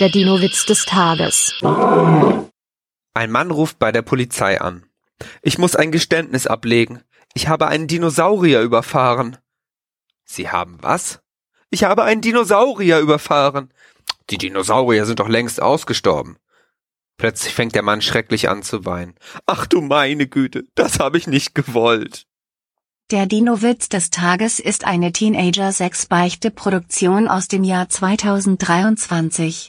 Der Dino-Witz des Tages. Ein Mann ruft bei der Polizei an. Ich muss ein Geständnis ablegen. Ich habe einen Dinosaurier überfahren. Sie haben was? Ich habe einen Dinosaurier überfahren. Die Dinosaurier sind doch längst ausgestorben. Plötzlich fängt der Mann schrecklich an zu weinen. Ach du meine Güte, das habe ich nicht gewollt. Der Dino-Witz des Tages ist eine Teenager-6-Beichte-Produktion aus dem Jahr 2023.